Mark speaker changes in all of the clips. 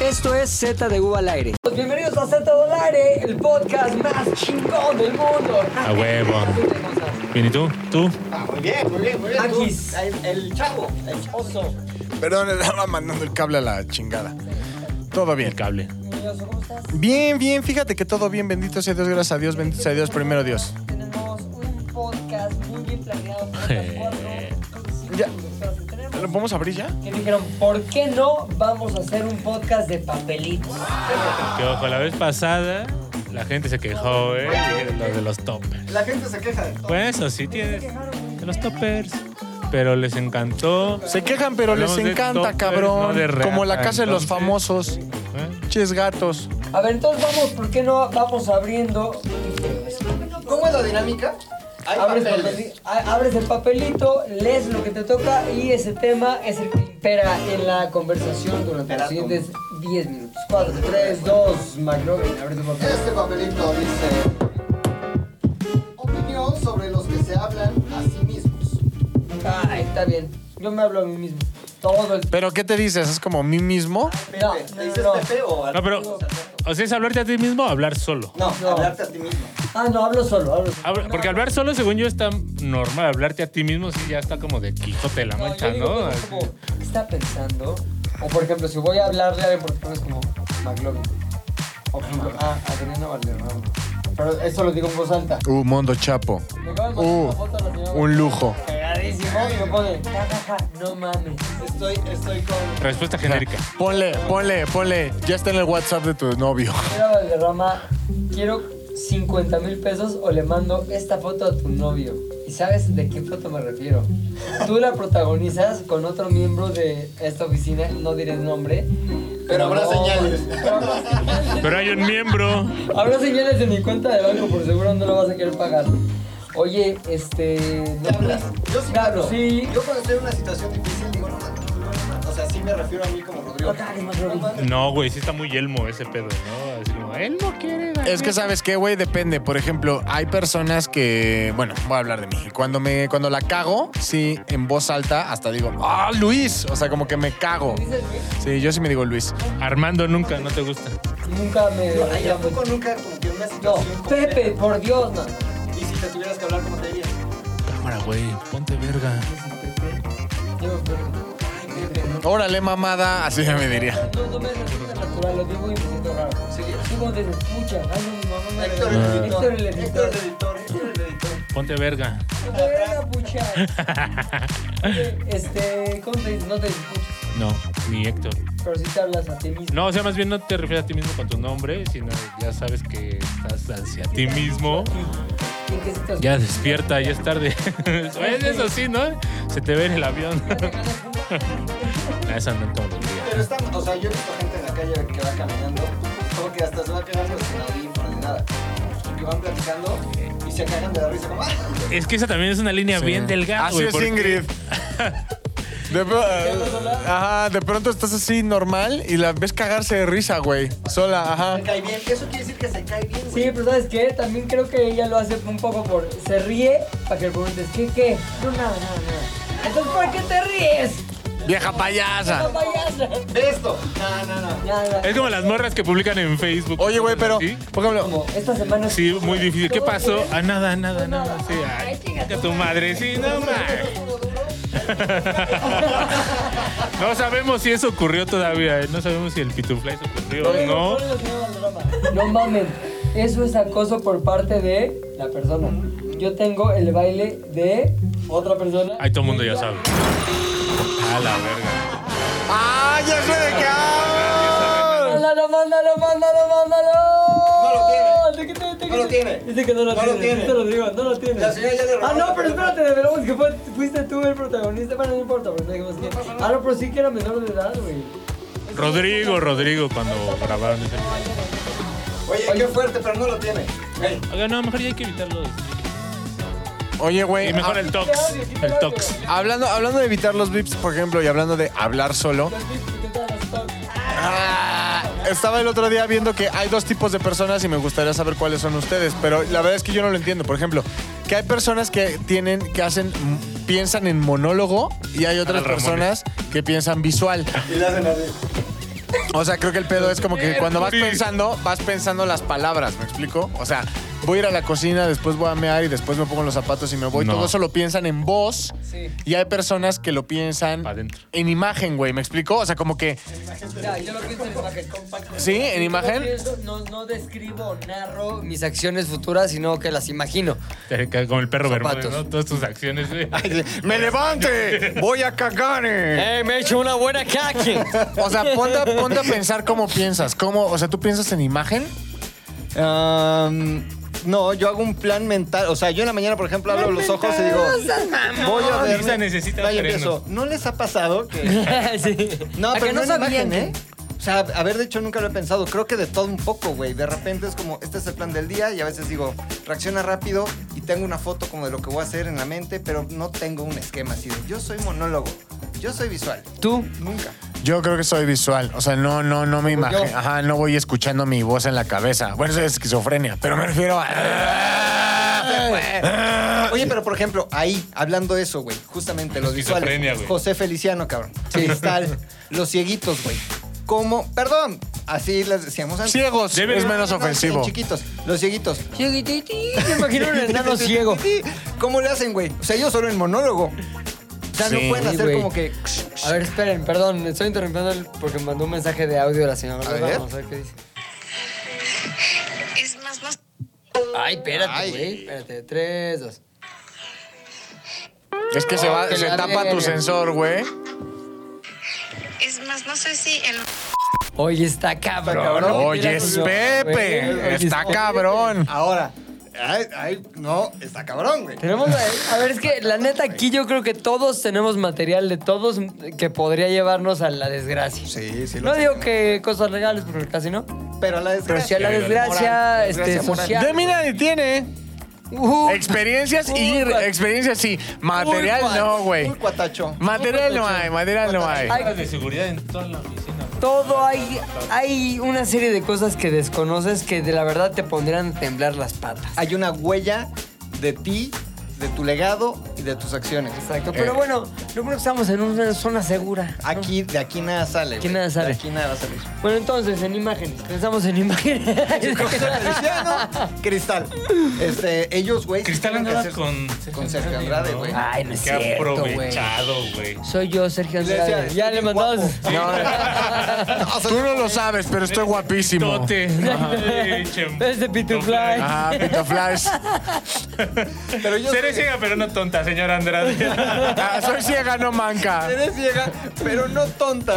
Speaker 1: Esto es Z de U al aire. Pues bienvenidos a Z de U al aire, el podcast más chingón del mundo.
Speaker 2: A huevo. Bien, ¿y tú? ¿Tú?
Speaker 3: Ah, muy bien, muy bien, muy bien. tú.
Speaker 1: Maquis.
Speaker 3: El, el chavo, el oso.
Speaker 4: Perdón, estaba mandando el cable a la chingada. Todo bien.
Speaker 2: El cable.
Speaker 1: ¿Cómo estás?
Speaker 4: Bien, bien, fíjate que todo bien, bendito sea Dios, gracias a Dios, bendito sea Dios, primero Dios.
Speaker 1: Tenemos un podcast muy bien planeado.
Speaker 2: Eh.
Speaker 4: Ya. ¿Lo
Speaker 1: Tenemos
Speaker 4: podemos abrir ya?
Speaker 1: que dijeron, ¿por qué no vamos a hacer un podcast de papelitos?
Speaker 2: Que ojo, la vez pasada la gente se quejó, ¿eh? De Los de los toppers.
Speaker 3: La gente se queja de todo.
Speaker 2: Pues eso sí tienes. De los toppers. Pero les encantó.
Speaker 4: Se quejan, pero les
Speaker 2: Hablamos de
Speaker 4: encanta,
Speaker 2: toppers, no
Speaker 4: cabrón.
Speaker 2: de reata,
Speaker 4: Como la casa de los
Speaker 2: entonces.
Speaker 4: famosos.
Speaker 2: ¿eh?
Speaker 4: Ches gatos.
Speaker 1: A ver, entonces vamos, ¿por qué no vamos abriendo?
Speaker 3: ¿Cómo es la dinámica? Hay
Speaker 1: Abres,
Speaker 3: papeles.
Speaker 1: papeli- a- abres el papelito, lees lo que te toca y ese tema es el que impera en la conversación durante los siguientes 10 minutos. 4, 3, 2, McLovin, abre tu papel.
Speaker 3: Este papelito dice... Opinión sobre los que se hablan a sí mismos.
Speaker 1: Ah, está bien. Yo me hablo a mí mismo. Todo el tiempo.
Speaker 4: ¿Pero qué te dices? ¿Es como mí mismo?
Speaker 1: No,
Speaker 3: Pepe, ¿te
Speaker 1: no,
Speaker 3: dices
Speaker 1: no.
Speaker 3: Pepe o
Speaker 2: No, pero. O sea, es hablarte a ti mismo o hablar solo.
Speaker 3: No,
Speaker 1: No.
Speaker 3: hablarte a ti mismo.
Speaker 1: Ah, no, hablo solo, hablo solo.
Speaker 2: Habla- Porque hablar solo, según yo, está normal. Hablarte a ti mismo sí ya está como de Quijote de la
Speaker 1: No, yo
Speaker 2: Mancha,
Speaker 1: digo
Speaker 2: ¿no?
Speaker 1: que es
Speaker 2: Así.
Speaker 1: como, ¿qué está pensando? O por ejemplo, si voy a hablarle a alguien por teléfono es como McLovin. O por ejemplo, ah, Adriana Valderrama. Pero eso lo digo en voz alta.
Speaker 4: Uh, Mondo Chapo.
Speaker 1: Me acaba de mandar
Speaker 4: Uh,
Speaker 1: una foto a la señora
Speaker 4: un lujo.
Speaker 1: Cagadísimo y me pone, "Ja, ja, ja, no mames.
Speaker 3: Estoy, estoy con...
Speaker 2: Respuesta genérica.
Speaker 4: Ponle, ponle, ponle. Ya está en el WhatsApp de tu novio.
Speaker 1: Mira Valderrama, quiero 50 mil pesos o le mando esta foto a tu novio. ¿Y sabes de qué foto me refiero? Tú la protagonizas con otro miembro de esta oficina, no diré el nombre.
Speaker 3: Pero habrá
Speaker 1: no,
Speaker 3: señales.
Speaker 1: pero habrá señales.
Speaker 2: Pero hay un miembro.
Speaker 1: Habrá señales de mi cuenta de banco, por seguro no la vas a querer pagar. Oye, este.
Speaker 3: ¿Te hablas? pues, Yo sí
Speaker 1: sí.
Speaker 3: me hablo.
Speaker 1: sí.
Speaker 3: Yo cuando estoy en una situación difícil digo, no, mames, no, mames. O sea, sí me refiero a mí como Rodrigo.
Speaker 1: No cagues, más, Rodrigo.
Speaker 3: mames.
Speaker 2: No, güey, sí está muy elmo ese pedo, ¿no? Así como, él no quiere.
Speaker 4: Es que sabes qué, güey, depende. Por ejemplo, hay personas que, bueno, voy a hablar de mí. Cuando me, cuando la cago, sí, en voz alta, hasta digo, ¡ah, Luis! O sea, como que me cago.
Speaker 1: Dices
Speaker 4: Sí, yo sí me digo Luis.
Speaker 2: Armando nunca, no te gusta.
Speaker 1: que nunca me.
Speaker 3: Ay, ¿a poco nunca como que una
Speaker 1: No,
Speaker 3: situación completa?
Speaker 1: Pepe, por Dios, no.
Speaker 3: Y si te tuvieras que hablar, ¿cómo te dirías?
Speaker 2: Cámara, güey, ponte verga.
Speaker 1: Yo,
Speaker 3: Ay, Pepe, no.
Speaker 4: Órale, mamada, así ya me diría.
Speaker 1: No, no me resulta natural, lo digo y me siento raro.
Speaker 3: Sí.
Speaker 1: Sí, como te escucha, ay, no, mi mamá me
Speaker 3: Héctor
Speaker 1: regañó.
Speaker 3: el editor.
Speaker 1: Héctor el
Speaker 3: Héctor
Speaker 1: editor.
Speaker 3: el editor. Héctor el editor.
Speaker 2: Ponte verga.
Speaker 1: Me verga, pucha. Oye, Este, ¿cómo te dices? No te escuchas,
Speaker 2: No, ni Héctor.
Speaker 1: pero si te hablas a ti mismo.
Speaker 2: No, o sea, más bien no te refieres a ti mismo con tu nombre, sino ya sabes que estás hacia ti mismo.
Speaker 1: ¿En qué situación?
Speaker 2: Ya despierta, ya es tarde. Oye, Eso sí, ¿no? Se te ve en el avión.
Speaker 1: Te ganas una.
Speaker 2: Ah, Eso andan todo el día.
Speaker 3: Pero están, o sea, yo he visto gente en la calle que va caminando, como que hasta se va quedando sin audífonos ni nada. Y que van platicando y se cagan de la risa, como, ¡ah!
Speaker 2: Es que esa también es una línea bien delgada,
Speaker 4: Así
Speaker 2: güey.
Speaker 4: es,
Speaker 2: porque-
Speaker 4: Ingrid. De, pro- ajá, de pronto estás así normal y la ves cagarse de risa, güey. Sola, ajá.
Speaker 3: Se cae bien. Eso quiere decir que se cae bien,
Speaker 1: Sí,
Speaker 3: güey.
Speaker 1: pero ¿sabes qué? También creo que ella lo hace un poco por... Se ríe para que le preguntes, ¿qué, qué? No, nada, nada, nada. Entonces, ¿por qué te ríes?
Speaker 4: Vieja
Speaker 1: No
Speaker 4: payasa.
Speaker 1: payasa.
Speaker 3: De esto. No, no, no.
Speaker 1: Nada.
Speaker 2: Es como las morras que publican en Facebook.
Speaker 4: Oye, güey, pero,
Speaker 2: ¿Sí?
Speaker 4: por ejemplo,
Speaker 1: Como, esta semana... es-
Speaker 2: Sí, muy difícil. ¿Qué
Speaker 1: Todo
Speaker 2: pasó?
Speaker 1: bien.
Speaker 2: Ah, nada, nada, nada. Sí, ay,
Speaker 1: Ay, chinga
Speaker 2: chinga
Speaker 1: tu
Speaker 2: tu madre, sí, no mames. No sabemos si eso ocurrió todavía. eh. No sabemos si el pituflays ocurrió o no.
Speaker 1: No mamen, eso es acoso por parte de la persona. Yo tengo el baile de otra persona.
Speaker 2: Ahí todo el mundo ya sabe. A la verga.
Speaker 4: ¡Ah, ya sé de qué hablo!
Speaker 1: Mándalo, mándalo, mándalo, mándalo.
Speaker 3: No
Speaker 1: lo tiene.
Speaker 3: No lo tiene.
Speaker 1: Dice que no lo
Speaker 3: No
Speaker 1: tiene.
Speaker 3: lo tiene.
Speaker 1: Te lo digo, no lo tiene.
Speaker 3: La señora ya le robó.
Speaker 1: Ah, no, pero espérate, develamos que fue- fuiste tú el protagonista. Bueno, no importa, pero no dijimos quién. Ah, no, pero sí que era menor de edad, güey.
Speaker 2: Rodrigo, Rodrigo, cuando grabaron ese video.
Speaker 3: Oye, qué fuerte, pero no lo tiene. Ey,
Speaker 2: Oiga, no, mejor ya hay que evitarlo.
Speaker 4: Oye, güey.
Speaker 2: Y mejor
Speaker 4: ah,
Speaker 2: el tox. El tox.
Speaker 4: Hablando, hablando de evitar los blips, por ejemplo, y hablando de hablar solo, ah, estaba el otro día viendo que hay dos tipos de personas y me gustaría saber cuáles son ustedes, pero la verdad es que yo no lo entiendo. Por ejemplo, que hay personas que tienen, que hacen, piensan en monólogo y hay otras
Speaker 2: Ramones.
Speaker 4: personas que piensan visual.
Speaker 3: Y le hacen así.
Speaker 4: O sea, creo que el pedo es como que cuando vas pensando, vas pensando las palabras, ¿me explico? O sea, voy a ir a la cocina, después voy a mear y después me pongo los zapatos y me voy.
Speaker 2: No.
Speaker 4: Todo eso lo piensan en voz
Speaker 1: Sí.
Speaker 4: y hay personas que lo piensan
Speaker 2: Pa' adentro.
Speaker 4: en imagen, güey, ¿me explico? O sea, como que,
Speaker 1: Ya, yo lo pienso en imagen.
Speaker 4: ¿sí? En
Speaker 1: Yo
Speaker 4: imagen.
Speaker 1: pienso, No, no describo, narro mis acciones futuras, sino que las imagino.
Speaker 2: Como el perro
Speaker 1: Zapatos.
Speaker 2: Bermúdez, ¿no? Todas tus acciones, güey.
Speaker 4: ¡Me levante! ¡Voy a cagar! eh!
Speaker 1: ¡Eh, me he hecho una buena caque!
Speaker 4: O sea, ponte, a- ponte a pensar cómo piensas. Cómo, o sea, ¿tú piensas en imagen?
Speaker 5: Am, no, yo hago un plan mental. O sea, yo en la mañana, por ejemplo, abro los ojos y digo. Voy a ver.
Speaker 2: Lisa necesita
Speaker 5: Ahí
Speaker 2: frenos.
Speaker 5: empiezo. ¿No les ha pasado que.?
Speaker 1: sí.
Speaker 5: No,
Speaker 1: ¿A
Speaker 5: pero
Speaker 1: que
Speaker 5: no, en
Speaker 1: sabían
Speaker 5: imagen, ¿eh? O sea, a ver, de hecho nunca lo he pensado. Creo que de todo un poco, güey. De repente es como, este es el plan del día y a veces digo, reacciona rápido y tengo una foto como de lo que voy a hacer en la mente, pero no tengo un esquema así de, yo soy monólogo, yo soy visual.
Speaker 1: ¿Tú?
Speaker 5: Nunca.
Speaker 4: Yo creo que soy visual. O sea, no, no, no me imagino.
Speaker 1: yo.
Speaker 4: Ajá, no voy escuchando mi voz en la cabeza. Bueno, eso es esquizofrenia, pero me refiero a.
Speaker 5: Oye, pero por ejemplo, ahí, hablando de eso, güey, justamente los
Speaker 2: Esquizofrenia,
Speaker 5: visuales.
Speaker 2: güey.
Speaker 5: José Feliciano, cabrón. Cristal, los cieguitos, güey. ¿Cómo? Perdón, así les decíamos antes.
Speaker 4: Ciegos
Speaker 2: Debe-
Speaker 4: es menos
Speaker 5: No, no,
Speaker 4: ofensivo.
Speaker 5: Chiquitos, los cieguitos.
Speaker 1: Me imagino un enano ciego.
Speaker 5: Sí, ¿Cómo le hacen, güey? O sea, ellos solo en monólogo. O sea,
Speaker 4: Sí.
Speaker 5: no pueden
Speaker 1: Sí,
Speaker 5: hacer
Speaker 1: güey.
Speaker 5: como que.
Speaker 1: A ver, esperen, perdón, estoy interrumpiendo el- porque me mandó un mensaje de audio la señora.
Speaker 5: A ver.
Speaker 1: Vamos a ver qué dice.
Speaker 6: Es más, más.
Speaker 1: Ay, espérate, güey. Espérate, tres, dos.
Speaker 4: Es que se, va,
Speaker 1: que
Speaker 4: se
Speaker 1: la
Speaker 4: tapa tu
Speaker 1: verga.
Speaker 4: sensor, güey.
Speaker 6: Es más, no sé si en
Speaker 1: Oye, está cabrón.
Speaker 5: cabrón.
Speaker 4: Oye,
Speaker 1: Mira,
Speaker 4: es
Speaker 1: güey.
Speaker 4: Pepe.
Speaker 1: Oye,
Speaker 4: Está
Speaker 1: Pepe.
Speaker 4: cabrón.
Speaker 5: Ahora. Ay, ay, no, está cabrón, güey.
Speaker 1: Tenemos, a, a ver, es que la neta aquí yo creo que todos tenemos material de todos que podría llevarnos a la desgracia.
Speaker 5: Sí, sí, lo
Speaker 1: No digo
Speaker 5: tenemos.
Speaker 1: que cosas legales, porque casi no.
Speaker 5: Pero la
Speaker 1: Pero sí a
Speaker 5: desgracia.
Speaker 1: la desgracia,
Speaker 5: moral,
Speaker 1: este,
Speaker 5: desgracia moral.
Speaker 1: social.
Speaker 4: De mí nadie tiene.
Speaker 1: Ujú.
Speaker 4: Experiencias y
Speaker 1: Uy, cuat-
Speaker 4: experiencias sí. Material
Speaker 1: cuat-
Speaker 4: no, güey.
Speaker 5: Uy, cuatacho.
Speaker 4: Material no hay, material no hay.
Speaker 1: Ay.
Speaker 2: Cámaras de seguridad en toda la oficina. güey.
Speaker 1: Todo hay, hay una serie de cosas que desconoces que de la verdad te pondrían a temblar las patas.
Speaker 5: Hay una huella de ti, de tu legado y de tus acciones.
Speaker 1: Exacto. Pero bueno, lo bueno que estamos en una zona segura. ¿no?
Speaker 5: Eh. Aquí, de aquí nada sale.
Speaker 1: Aquí
Speaker 5: güey.
Speaker 1: nada sale.
Speaker 5: De aquí nada va a salir.
Speaker 1: Bueno, entonces, en imágenes. Pensamos en imágenes.
Speaker 5: Feliciano, Cristal. Este, ellos, güey.
Speaker 2: Cristal
Speaker 5: tienen que
Speaker 2: andaba
Speaker 5: hacer-
Speaker 2: con...
Speaker 5: con Sergio Andrade, güey.
Speaker 1: Ay, no es
Speaker 2: Qué
Speaker 1: cierto, güey.
Speaker 2: aprovechado, güey.
Speaker 1: Soy yo, Sergio
Speaker 5: Le
Speaker 1: Andrade.
Speaker 5: decía,
Speaker 1: ya
Speaker 5: estoy
Speaker 1: le
Speaker 5: bien
Speaker 1: mandamos.
Speaker 5: guapo.
Speaker 4: Tú no lo sabes, pero estoy guapísimo.
Speaker 2: Tote. Ay, chem-
Speaker 1: Desde Pitufly.
Speaker 4: Ajá, Pito Flash.
Speaker 5: Pero yo
Speaker 2: Seré
Speaker 5: soy-
Speaker 2: ciega, pero no tonta, señor Andrade.
Speaker 4: Ah, soy ciega, no manca.
Speaker 5: Eres ciega, pero no tonta.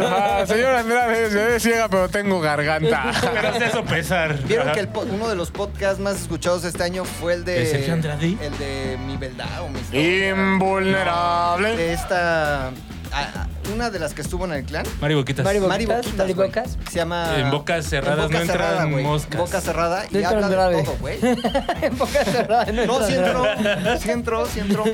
Speaker 4: Ah, señor Andrade, soy ciega, pero tengo garganta.
Speaker 2: pero se eso pesar.
Speaker 5: Vieron que el po- uno de los podcasts más escuchados este año fue el de.
Speaker 2: ¿De Sergio Andrade?
Speaker 5: El de Mi Beldad o Mi Historia.
Speaker 4: Invulnerable.
Speaker 5: De esta. ah, una de las que estuvo en el clan.
Speaker 2: Mari Boquitas.
Speaker 1: Mari Bo-
Speaker 5: Mari Boquitas,
Speaker 1: Mari
Speaker 5: güey.
Speaker 1: Bocas.
Speaker 5: Se llama.
Speaker 2: En bocas cerradas
Speaker 5: En boca
Speaker 2: no entran
Speaker 5: cerrada, güey.
Speaker 2: moscas.
Speaker 5: Boca cerrada y
Speaker 1: No entra
Speaker 5: habla
Speaker 1: Andrade.
Speaker 5: de todo, güey.
Speaker 1: En pocas palabras,
Speaker 5: No, sí
Speaker 1: entra
Speaker 5: entró,
Speaker 1: Andrade.
Speaker 5: sí entró, sí entró.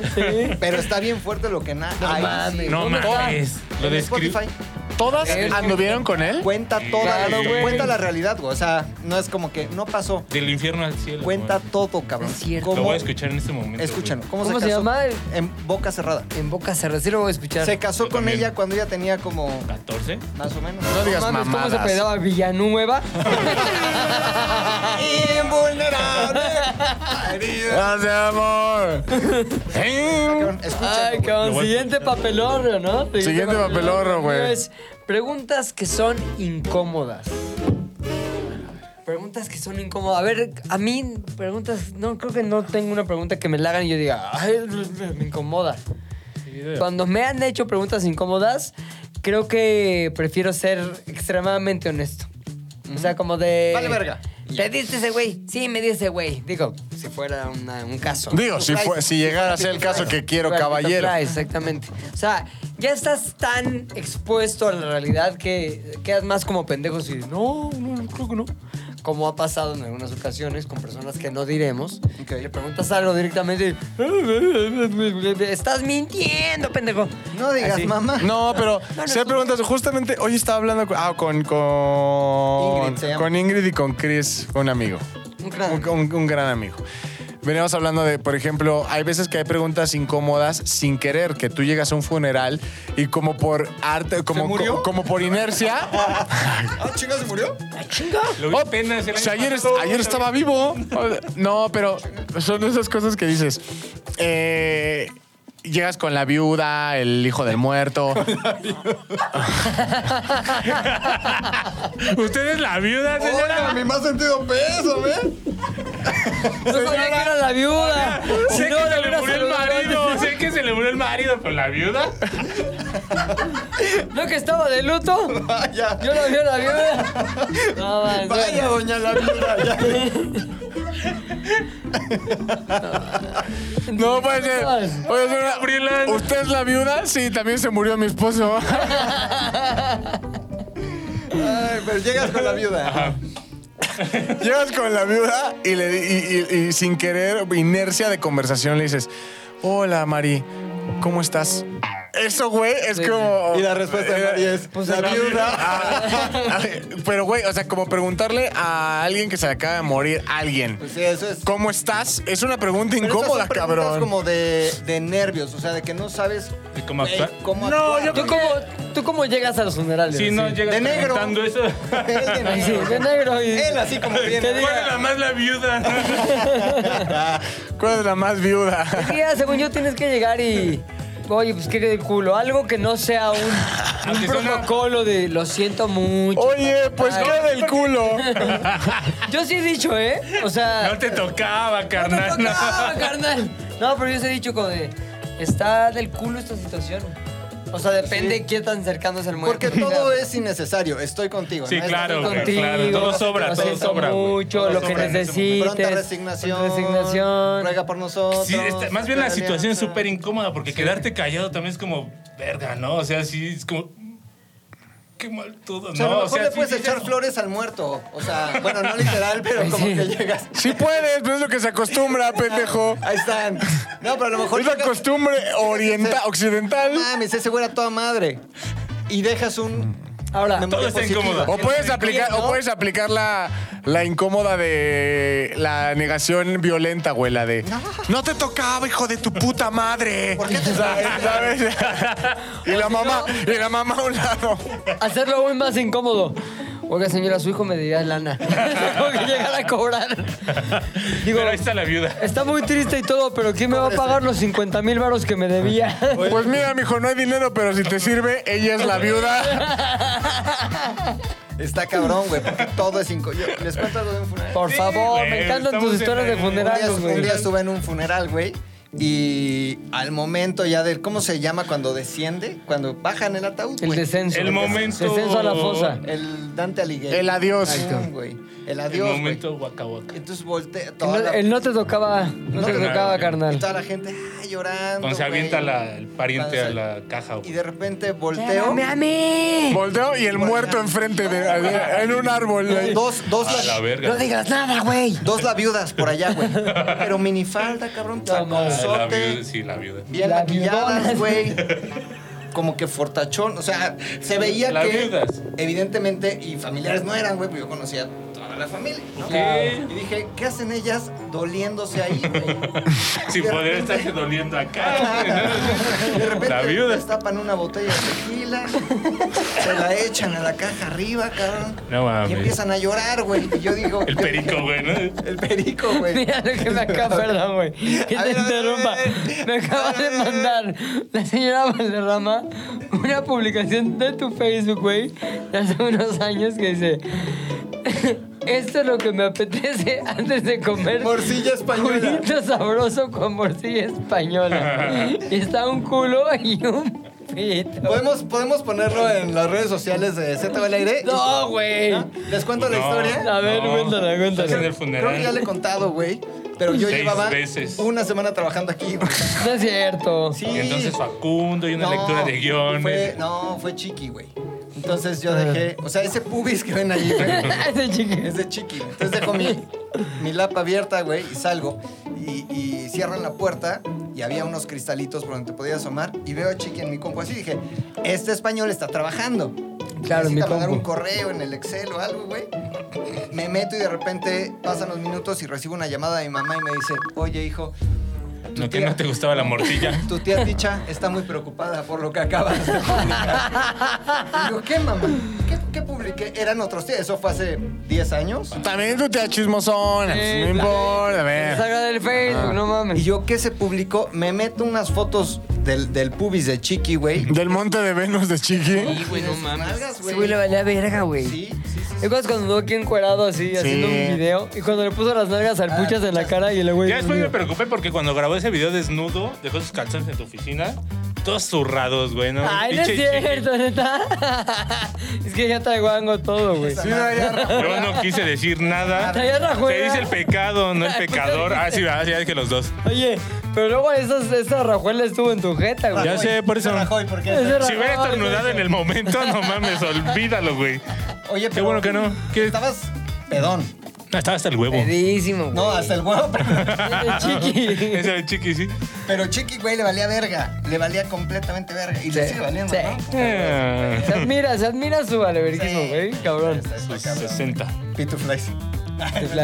Speaker 5: Pero está bien fuerte lo que nada.
Speaker 1: No mames.
Speaker 2: no
Speaker 1: ¿Dónde
Speaker 2: mames. Lo
Speaker 5: Lo de
Speaker 2: describí.
Speaker 5: Spotify
Speaker 4: ¿Todas anduvieron con él?
Speaker 5: cuenta toda,
Speaker 1: Claro,
Speaker 5: la-
Speaker 1: güey.
Speaker 5: cuenta la realidad, güey. O sea, no es como que no pasó.
Speaker 2: Del infierno al cielo.
Speaker 5: Cuenta
Speaker 2: güey.
Speaker 5: todo, cabrón.
Speaker 1: Es cierto.
Speaker 2: Lo
Speaker 5: ¿Cómo?
Speaker 2: voy a escuchar en este momento.
Speaker 5: Escúchalo.
Speaker 2: güey.
Speaker 5: ¿Cómo,
Speaker 1: ¿Cómo se
Speaker 5: casó?
Speaker 1: llama?
Speaker 5: En boca cerrada.
Speaker 1: En boca cerrada, sí lo voy a escuchar.
Speaker 5: Se casó
Speaker 2: Yo
Speaker 5: con
Speaker 2: también.
Speaker 5: ella cuando ella tenía como
Speaker 2: ¿14?
Speaker 5: más o menos.
Speaker 4: No digas
Speaker 1: Mames, ¿Cómo se
Speaker 4: mamadas.
Speaker 1: pedaba Villanueva?
Speaker 5: Invulnerable.
Speaker 4: Gracias, amor.
Speaker 5: Cabrón, escucha.
Speaker 1: Ay,
Speaker 5: güey.
Speaker 2: Lo
Speaker 1: cabrón.
Speaker 2: voy a
Speaker 1: Siguiente papelorro, ¿no?
Speaker 4: Siguiente papelorro, güey.
Speaker 1: Es Preguntas que son incómodas. Preguntas que son incómodas. A ver, a mí, preguntas. No, creo que no tengo una pregunta que me la hagan y yo diga, ay, me incomoda. Cuando me han hecho preguntas incómodas, creo que prefiero ser extremadamente honesto. O sea, como de.
Speaker 5: Vale verga.
Speaker 1: ¿Te diste ese güey? Sí, me di ese güey. Digo, si fuera una- un caso.
Speaker 4: Digo, si, fue- si llegara a ser el caso que quiero,
Speaker 1: Claro,
Speaker 4: caballero.
Speaker 1: Peter Price, exactamente. O sea, ya estás tan expuesto a la realidad que quedas más como pendejos y no, no, creo que no. Como ha pasado en algunas ocasiones con personas que no diremos.
Speaker 5: Ok.
Speaker 1: Le preguntas algo directamente y... Estás mintiendo, pendejo.
Speaker 5: No digas
Speaker 1: Así.
Speaker 5: mamá.
Speaker 4: No, pero
Speaker 1: No, no,
Speaker 4: si hay
Speaker 1: tú-
Speaker 4: preguntas, justamente hoy estaba hablando con, ah, con, con,
Speaker 5: Ingrid se llama.
Speaker 4: con Ingrid y con Chris, un amigo.
Speaker 1: Un gran-
Speaker 4: un, un gran amigo. Me Veníamos hablando de, por ejemplo, hay veces que hay preguntas incómodas sin querer, que tú llegas a un funeral y como por arte, como,
Speaker 5: murió?
Speaker 4: co- como por inercia.
Speaker 5: Ah, chinga, se murió.
Speaker 2: Lo vi
Speaker 4: Oh,
Speaker 2: apenas el
Speaker 4: o sea,
Speaker 2: año
Speaker 4: ayer,
Speaker 2: pasado.
Speaker 4: ayer estaba vivo. No, pero son esas cosas que dices. Eh, llegas con la viuda, el hijo del muerto.
Speaker 2: Usted es la viuda, señora.
Speaker 5: mi más sentido peso, ¿eh?
Speaker 1: No sabía que era la viuda. Si
Speaker 2: Sé
Speaker 1: no,
Speaker 2: que
Speaker 1: la
Speaker 2: se le
Speaker 1: hubiera
Speaker 2: murió el
Speaker 1: saludado
Speaker 2: marido, sé que se le murió el marido, pero la viuda.
Speaker 1: antes. No que estaba de luto.
Speaker 5: Vaya.
Speaker 1: Yo la vi a la viuda. No, man,
Speaker 5: Vaya, doña la viuda. ya.
Speaker 4: No
Speaker 2: pues,
Speaker 4: puede
Speaker 2: eh.
Speaker 4: ser. Oye, señora,
Speaker 2: Gabriela.
Speaker 4: ¿Usted es la viuda? Sí, también se murió mi esposo.
Speaker 5: Ay, pero llegas con la viuda.
Speaker 4: Llegas con la viuda y, le, di- y- y- y sin querer, inercia de conversación, le dices, hola Mari, ¿cómo estás? Eso, güey, es
Speaker 1: Sí,
Speaker 4: como... eh,
Speaker 5: Y la respuesta de María es,
Speaker 1: Pues
Speaker 5: la
Speaker 1: la
Speaker 5: viuda.
Speaker 4: Ah, ah, pero, güey, o sea, como preguntarle a alguien que se le acaba de morir, a alguien,
Speaker 5: Pues sí, eso es.
Speaker 4: ¿cómo estás? Es una pregunta
Speaker 5: Pero esas
Speaker 4: incómoda,
Speaker 5: son preguntas
Speaker 4: cabrón.
Speaker 5: como de, de nervios, o sea, de que no sabes
Speaker 2: ¿Y cómo
Speaker 5: güey,
Speaker 2: actuar?
Speaker 5: cómo
Speaker 2: No,
Speaker 5: actuar,
Speaker 2: yo
Speaker 1: ¿Tú
Speaker 5: güey.
Speaker 1: cómo, ¿Tú cómo llegas a los funerales?
Speaker 2: Si no
Speaker 1: Sí.
Speaker 2: llegas
Speaker 5: De negro.
Speaker 2: preguntando eso.
Speaker 5: Él de negro.
Speaker 1: Sí, de negro y-
Speaker 5: Él así como
Speaker 1: ¿Qué
Speaker 5: viene.
Speaker 1: diga?
Speaker 2: ¿Cuál es la más la viuda?
Speaker 4: ¿Cuál es la más viuda?
Speaker 1: Sí, ya, según yo tienes que llegar y. Oye, pues qué del culo. Algo que no sea un, un
Speaker 2: Aunque suena- Oh.
Speaker 1: protocolo de lo siento mucho.
Speaker 4: Oye, pues
Speaker 1: Ay.
Speaker 4: qué del culo.
Speaker 1: Yo sí he dicho, ¿eh? O sea.
Speaker 2: No te tocaba, carnal.
Speaker 1: No,
Speaker 2: no.
Speaker 1: carnal. No, pero yo sí he dicho como de. Está del culo esta situación. O sea, depende de qué tan cercano es el muerto.
Speaker 5: Porque todo es innecesario. Estoy contigo.
Speaker 2: Sí,
Speaker 5: ¿no? Estoy
Speaker 2: claro, güey,
Speaker 5: contigo.
Speaker 2: claro. Todo sobra,
Speaker 1: lo
Speaker 2: todo
Speaker 1: siento
Speaker 2: sobra. güey.
Speaker 1: Mucho,
Speaker 2: Todo
Speaker 1: lo
Speaker 2: sobra
Speaker 1: que
Speaker 2: en ese
Speaker 1: necesites.
Speaker 5: Pronta resignación.
Speaker 1: resignación.
Speaker 5: Ruega por nosotros.
Speaker 2: Sí, está- más bien la
Speaker 5: alianza.
Speaker 2: situación es súper incómoda porque quedarte callado también es como, verga, ¿no? O sea, sí, es como, qué mal todo,
Speaker 5: O sea, a lo
Speaker 2: ¿no?
Speaker 5: mejor
Speaker 2: O sea,
Speaker 5: le
Speaker 2: sí
Speaker 5: puedes
Speaker 2: dices,
Speaker 5: echar flores al muerto. O sea, bueno, no literal, pero como
Speaker 1: Sí.
Speaker 5: que llegas.
Speaker 4: Sí puedes, pero es lo que se acostumbra, pendejo.
Speaker 5: Ahí están. No, pero a lo mejor.
Speaker 4: Es la
Speaker 5: llegas-
Speaker 4: costumbre oriental, occidental.
Speaker 5: Mames, ese güey era toda madre. Y dejas un.
Speaker 1: Ahora,
Speaker 5: memoria
Speaker 2: está
Speaker 5: positiva.
Speaker 2: incómodo.
Speaker 4: O puedes aplicar,
Speaker 5: ¿no?
Speaker 4: o puedes aplicar la, la incómoda de la negación violenta, güey, la de no. te tocaba, hijo de tu puta madre.
Speaker 5: ¿Por qué te-
Speaker 4: ¿Sabes? y la mamá, y la mamá a un lado.
Speaker 1: hacerlo aún más incómodo. Oiga, señora, su hijo me diría lana. Tengo que llegar a cobrar. Digo,
Speaker 2: Pero ahí está la viuda.
Speaker 1: está muy triste y todo, pero ¿quién me va a pagar los 50 mil varos que me debía?
Speaker 4: Pues mira, mijo, no hay dinero, pero si te sirve, ella es la viuda.
Speaker 5: Está cabrón, güey, porque todo es incómodo. Les cuento algo de un funeral.
Speaker 1: Por
Speaker 2: Sí,
Speaker 1: favor,
Speaker 2: güey,
Speaker 1: me encantan
Speaker 2: estamos
Speaker 1: tus historias
Speaker 2: en-
Speaker 1: de
Speaker 5: Un día,
Speaker 1: funerales,
Speaker 5: un
Speaker 1: güey.
Speaker 5: día estuve en un funeral, güey. Y al momento ya del. ¿Cómo se llama cuando desciende? Cuando bajan el ataúd.
Speaker 1: El
Speaker 5: güey.
Speaker 1: descenso.
Speaker 2: El momento-
Speaker 1: Descenso a la fosa.
Speaker 5: El Dante Alighieri.
Speaker 4: El adiós.
Speaker 5: Ay, no, güey. El
Speaker 2: El
Speaker 5: adiós. güey.
Speaker 2: momento guacahuaca.
Speaker 5: Entonces voltea.
Speaker 1: El
Speaker 5: Toda
Speaker 1: no,
Speaker 5: la,
Speaker 1: el no te tocaba, no,
Speaker 5: No
Speaker 1: te
Speaker 5: te-
Speaker 1: tocaba,
Speaker 5: y
Speaker 1: carnal.
Speaker 5: toda la gente ah, llorando.
Speaker 2: Cuando se
Speaker 5: güey.
Speaker 2: avienta la- el pariente a
Speaker 5: Cuando se-
Speaker 2: la caja.
Speaker 5: Y
Speaker 2: güey.
Speaker 5: de repente volteo.
Speaker 4: Volteo y el muerto enfrente de, en un árbol.
Speaker 5: Dos, dos,
Speaker 2: A la verga.
Speaker 1: digas nada, güey.
Speaker 5: dos labiudas por allá, güey. Pero minifalda, cabrón.
Speaker 1: mames.
Speaker 2: Ah, la viuda,
Speaker 5: taconzote.
Speaker 2: sí, la viuda.
Speaker 5: Bien
Speaker 1: La viudona.
Speaker 5: maquilladas, güey. Como que fortachón, o sea, se veía
Speaker 2: Las
Speaker 5: que
Speaker 2: viudas.
Speaker 5: evidentemente y familiares no eran, güey, pero yo conocía a toda la familia. ¿no?
Speaker 2: Ok.
Speaker 5: Y dije, ¿qué hacen ellas doliéndose ahí, güey?
Speaker 2: Si podría estarse doliendo acá.
Speaker 5: De repente
Speaker 2: La viuda.
Speaker 5: destapan una botella de tequila, se la echan a la caja arriba, cabrón.
Speaker 2: No mames.
Speaker 5: Y empiezan a llorar, güey. Y yo digo,
Speaker 2: El perico, güey, ¿no?
Speaker 5: el perico, güey.
Speaker 1: Mira lo que me acaba, perdón, güey. Que
Speaker 5: A
Speaker 1: te
Speaker 5: ver, a ver,
Speaker 1: interrumpa.
Speaker 5: a ver.
Speaker 1: Me acaba de mandar la señora Valderrama una publicación de tu Facebook, güey, de hace unos años que dice: Esto es lo que me apetece antes de comer.
Speaker 5: Morcilla española.
Speaker 1: Culito sabroso con morcilla española. Y está un culo y un pito.
Speaker 5: ¿Podemos, podemos ponerlo en las redes sociales de ZB al aire.
Speaker 1: No, güey.
Speaker 5: ¿No? ¿Les cuento la
Speaker 2: No.
Speaker 5: historia?
Speaker 1: A ver, cuéntala, cuéntala.
Speaker 2: Estás en el
Speaker 5: Creo que ya le
Speaker 2: funeral.
Speaker 5: he contado, güey. Pero yo
Speaker 2: Seis
Speaker 5: llevaba
Speaker 2: veces.
Speaker 5: una semana trabajando aquí. güey.
Speaker 1: No es cierto.
Speaker 5: Sí.
Speaker 2: Y entonces Facundo y una
Speaker 5: No,
Speaker 2: lectura de
Speaker 5: fue-
Speaker 2: guiones. Ah.
Speaker 5: no, fue chiqui, güey. Entonces yo dejé. O sea, ese pubis que ven allí, güey.
Speaker 1: Ese chiquito.
Speaker 5: Es de chiqui. Entonces dejo mi, mi lapa abierta, güey, y salgo. Y, y cierran la puerta y había unos cristalitos por donde te podías asomar. Y veo a chiqui en mi compu así. Dije, este español está trabajando.
Speaker 1: Claro, en mi
Speaker 5: necesita mandar un
Speaker 1: compu.
Speaker 5: correo en el Excel o algo, güey. Me meto y de repente pasan los minutos y recibo una llamada de mi mamá y me dice, oye, hijo, tu
Speaker 2: No, que
Speaker 5: tía-
Speaker 2: no te gustaba la mortilla.
Speaker 5: tu tía Ticha está muy preocupada por lo que acabas de publicar. Y digo, ¿qué, mamá? ¿Qué, qué publiqué? Eran otros tías. Eso fue hace 10 años.
Speaker 4: También tú te das chismosona. pues,
Speaker 1: Sí,
Speaker 4: no importa, a ver.
Speaker 1: Salga del Facebook, no
Speaker 5: Y
Speaker 1: mames.
Speaker 5: yo, ¿qué se publicó? Me meto unas fotos del, del pubis de Chiqui, güey.
Speaker 4: Del monte de Venus de Chiqui.
Speaker 7: Sí, güey, no mames.
Speaker 5: Nalgas,
Speaker 1: Sí, güey, le valía verga, güey.
Speaker 5: Sí, sí, sí.
Speaker 1: ¿Te acuerdas cuando andó aquí encuerado así, haciendo un video? Y cuando le puso las nalgas al puchas en la cara y el güey...
Speaker 2: Ya después me preocupé porque cuando grabó ese video desnudo, dejó sus calzones en tu oficina, todos zurrados, güey, ¿no?
Speaker 1: Ay, no es
Speaker 2: Pinche chiqui.
Speaker 1: cierto, neta. es que ya traigo algo todo, güey.
Speaker 4: Sí, no, ya.
Speaker 2: Yo no quise decir nada.
Speaker 1: Traía la
Speaker 2: Se
Speaker 1: juega.
Speaker 2: dice el pecado, no el pecador. Ah, sí, ah, sí, ya dije los dos.
Speaker 1: Oye, pero luego esas, esa rajuela estuvo en tu jeta, güey.
Speaker 2: Ya sé, por eso.
Speaker 5: Rajoy, ¿por qué?
Speaker 1: Ese
Speaker 2: Si hubiera
Speaker 1: Rajoy,
Speaker 2: estornudado
Speaker 1: güey.
Speaker 2: en el momento, no mames, olvídalo, güey.
Speaker 5: Oye, pero...
Speaker 2: Qué bueno que no. ¿Qué?
Speaker 5: Estabas pedón.
Speaker 2: Ah, estaba hasta el huevo.
Speaker 1: Pedísimo, güey.
Speaker 5: No, hasta el huevo. pero-
Speaker 1: Chiqui.
Speaker 2: Ese chiqui, sí.
Speaker 5: Pero Chiqui, güey, le valía verga. Le valía completamente verga. Y le sigue valiendo,
Speaker 1: Sí.
Speaker 2: Ah,
Speaker 5: ¿no?
Speaker 1: Se admira, se admira su valeverguismo,
Speaker 5: Sí.
Speaker 1: güey. Cabrón.
Speaker 5: Está- está cabrón.
Speaker 2: 60.
Speaker 5: Pituflies.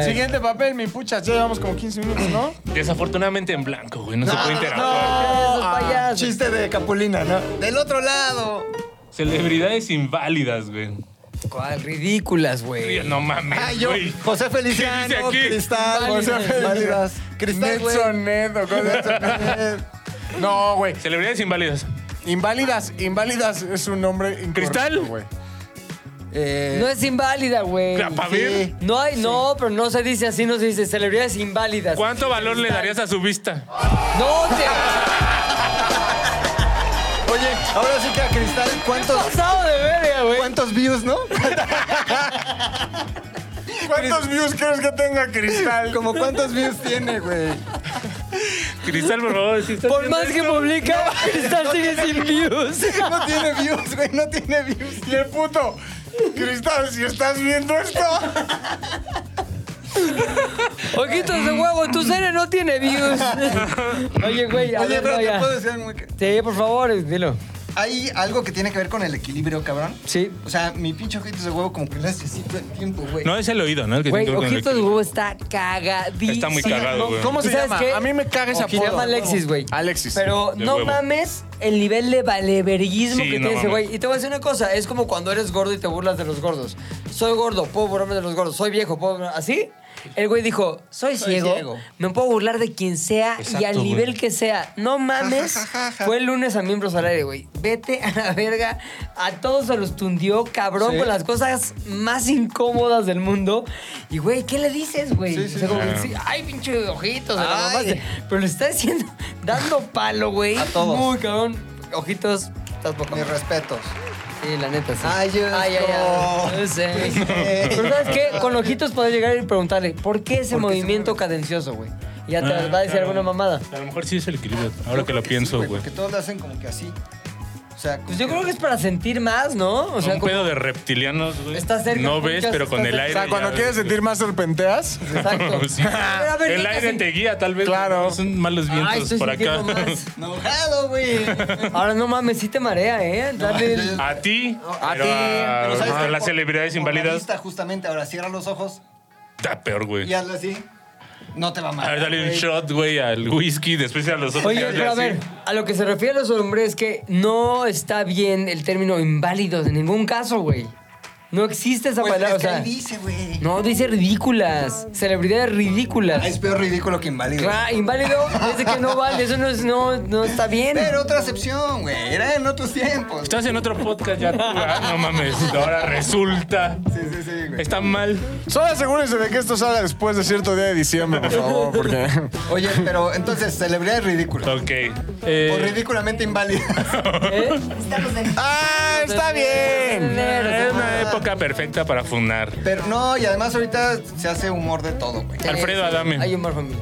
Speaker 4: Siguiente papel, mi pucha. Ya llevamos como 15 minutos, ¿no?
Speaker 2: Desafortunadamente en blanco, güey. No, se puede interactuar.
Speaker 1: Ah, Esos payasos.
Speaker 5: Chiste de Capulina, ¿no? Del otro lado.
Speaker 2: Celebridades inválidas, güey.
Speaker 1: ¿Cuál? Ridículas, güey.
Speaker 2: No mames,
Speaker 5: Ah, yo.
Speaker 2: güey.
Speaker 5: José
Speaker 2: ¿Qué dice
Speaker 5: Feliciano,
Speaker 2: aquí?
Speaker 5: Cristal,
Speaker 1: Válidas.
Speaker 5: José Feliciano. Cristal, güey.
Speaker 4: Nelson Ned o cosas. No, güey.
Speaker 2: Celebridades inválidas.
Speaker 4: Inválidas, inválidas es un nombre. incorrecto,
Speaker 2: ¿Cristal?
Speaker 4: güey.
Speaker 5: Eh,
Speaker 1: No es inválida, güey.
Speaker 2: Claro, pa' ver.
Speaker 1: No hay, no, pero no se dice así, no se dice celebridades inválidas.
Speaker 2: ¿Cuánto valor le darías a su vista?
Speaker 1: No te
Speaker 5: Oye, ahora sí que a Cristal, ¿cuántos,
Speaker 1: pasado de verga, güey.
Speaker 5: cuántos views, no?
Speaker 4: ¿Cuántos views crees que tenga Cristal?
Speaker 5: Como cuántos views tiene, güey.
Speaker 2: Cristal, por favor, si estás
Speaker 1: Por
Speaker 2: viendo
Speaker 1: más que
Speaker 2: esto,
Speaker 1: publica, Cristal sigue sin views.
Speaker 5: No tiene views, güey, no tiene views.
Speaker 4: Y el puto. Cristal, si estás viendo esto.
Speaker 1: Ojitos de huevo, tu serie no tiene views. Oye, güey, a
Speaker 5: Oye,
Speaker 1: ver,
Speaker 5: pero
Speaker 1: no,
Speaker 5: te
Speaker 1: ya.
Speaker 5: puedo decir algo muy que-
Speaker 1: Sí, por favor, dilo.
Speaker 5: Hay algo que tiene que ver con el equilibrio, cabrón.
Speaker 1: Sí.
Speaker 5: O sea, mi pinche ojito de huevo como que le hace así todo el tiempo, güey.
Speaker 2: No, es el oído, ¿no? El que
Speaker 1: Güey,
Speaker 2: tiene que ver con el
Speaker 1: ojitos de
Speaker 2: equilibrio.
Speaker 1: huevo está cagadísimo.
Speaker 2: Está muy cagado, güey.
Speaker 4: ¿Cómo
Speaker 1: ¿Y
Speaker 4: se
Speaker 1: sabes
Speaker 4: llama?
Speaker 1: qué?
Speaker 4: A mí me caga ese
Speaker 1: Se
Speaker 4: apodo.
Speaker 1: llama Alexis, güey.
Speaker 4: Alexis.
Speaker 1: Pero
Speaker 2: De
Speaker 1: no
Speaker 2: huevo.
Speaker 1: mames el nivel de valeverguismo
Speaker 2: Sí,
Speaker 1: que
Speaker 2: no
Speaker 1: tiene ese
Speaker 2: mames.
Speaker 1: güey. Y te voy a decir una cosa, es como cuando eres gordo y te burlas de los gordos. Soy gordo, puedo burlarme de los gordos. Soy viejo, puedo... burlarme- ¿Así? El güey dijo, soy,
Speaker 5: Soy
Speaker 1: ciego,
Speaker 5: ciego.
Speaker 1: me puedo burlar de quien sea y
Speaker 2: Exacto,
Speaker 1: al
Speaker 2: güey.
Speaker 1: nivel que sea. No mames.
Speaker 5: Ja, ja, ja, ja.
Speaker 1: Fue el lunes a miembros al aire, güey. Vete a la verga. A todos se los tundió, cabrón,
Speaker 5: Sí.
Speaker 1: con las cosas más incómodas del mundo. Y, güey, ¿qué le dices, güey?
Speaker 5: Sí, sí,
Speaker 1: O sea, como
Speaker 2: sí.
Speaker 1: que sí, Ay, pinche ojitos, de la
Speaker 5: Ay.
Speaker 1: mamaste. Pero le está diciendo, dando palo, güey.
Speaker 5: A todos.
Speaker 1: Muy cabrón. Ojitos, estás poco.
Speaker 5: Mis respetos.
Speaker 1: Sí, la neta, sí.
Speaker 5: Ay, yo- Pues,
Speaker 1: ay, ay, ay. No sé. Pero ¿sabes qué? Con ojitos podés llegar y preguntarle, ¿por qué ese movimiento cadencioso, güey? Y Ya te
Speaker 2: Ah,
Speaker 1: va a decir
Speaker 2: claro.
Speaker 1: alguna mamada.
Speaker 2: A lo mejor sí es el equilibrio, ahora que lo pienso, güey.
Speaker 5: Porque todos lo hacen como que así. O sea,
Speaker 1: Pues yo creo que es para sentir más, ¿no? O sea,
Speaker 2: un
Speaker 1: como-
Speaker 2: pedo de reptilianos, güey.
Speaker 1: Está cerca,
Speaker 2: No
Speaker 1: porque
Speaker 2: ves,
Speaker 1: ya
Speaker 2: pero
Speaker 1: está
Speaker 2: con el
Speaker 1: cerca.
Speaker 2: aire.
Speaker 4: o sea, cuando
Speaker 2: ya
Speaker 4: quieres
Speaker 2: ves,
Speaker 4: sentir más serpenteas.
Speaker 1: exacto.
Speaker 2: güey. Sí.
Speaker 1: Pero a ver,
Speaker 2: el
Speaker 1: neta,
Speaker 2: aire
Speaker 1: sí.
Speaker 2: te guía, tal vez.
Speaker 4: Claro.
Speaker 2: No Son malos vientos
Speaker 1: Ay, estoy
Speaker 2: por acá.
Speaker 1: sintiendo más.
Speaker 5: No, jalo, güey.
Speaker 1: Ahora no mames, sí te marea, ¿eh? Dale. el-
Speaker 2: A ti,
Speaker 5: A
Speaker 2: pero
Speaker 5: ti,
Speaker 2: a,
Speaker 5: pero ¿sabes
Speaker 2: a
Speaker 5: qué?
Speaker 2: Ah, las
Speaker 5: Por-
Speaker 2: celebridades
Speaker 5: por la
Speaker 2: inválidas
Speaker 5: vista, justamente, ahora cierra los ojos
Speaker 2: está peor, güey.
Speaker 5: y hazle así. No te va mal.
Speaker 2: A ver, dale un shot, güey, al whisky, después a los otros.
Speaker 1: Oye, pero a ver, a lo que se refiere a los hombres es que no está bien el término inválidos en ningún caso, güey. No existe esa
Speaker 5: Pues,
Speaker 1: palabra,
Speaker 5: es que
Speaker 1: o sea.
Speaker 5: ahí dice, güey.
Speaker 1: No, dice ridículas. Celebridades
Speaker 5: Ah, Es
Speaker 1: ridículas.
Speaker 5: peor ridículo que inválido.
Speaker 1: Claro, inválido es de que no vale, eso no, es, no, no está bien.
Speaker 5: Pero otra excepción, güey. Era en otros tiempos.
Speaker 2: Estás en otro podcast ya, tú, ah, No mames, ahora resulta.
Speaker 5: Sí, sí, sí, güey.
Speaker 2: Está mal.
Speaker 4: Solo asegúrense de que esto salga después de cierto día de diciembre, por favor, porque.
Speaker 5: Oye, pero entonces, celebridad ridícula.
Speaker 2: Ok.
Speaker 5: O
Speaker 2: Eh,
Speaker 5: ridículamente inválida.
Speaker 1: ¿Eh?
Speaker 4: ¡Ah, está bien!
Speaker 2: es una época perfecta para funar.
Speaker 5: Pero no, y además ahorita se hace humor de todo, güey.
Speaker 2: Alfredo Adame.
Speaker 1: Hay humor familiar.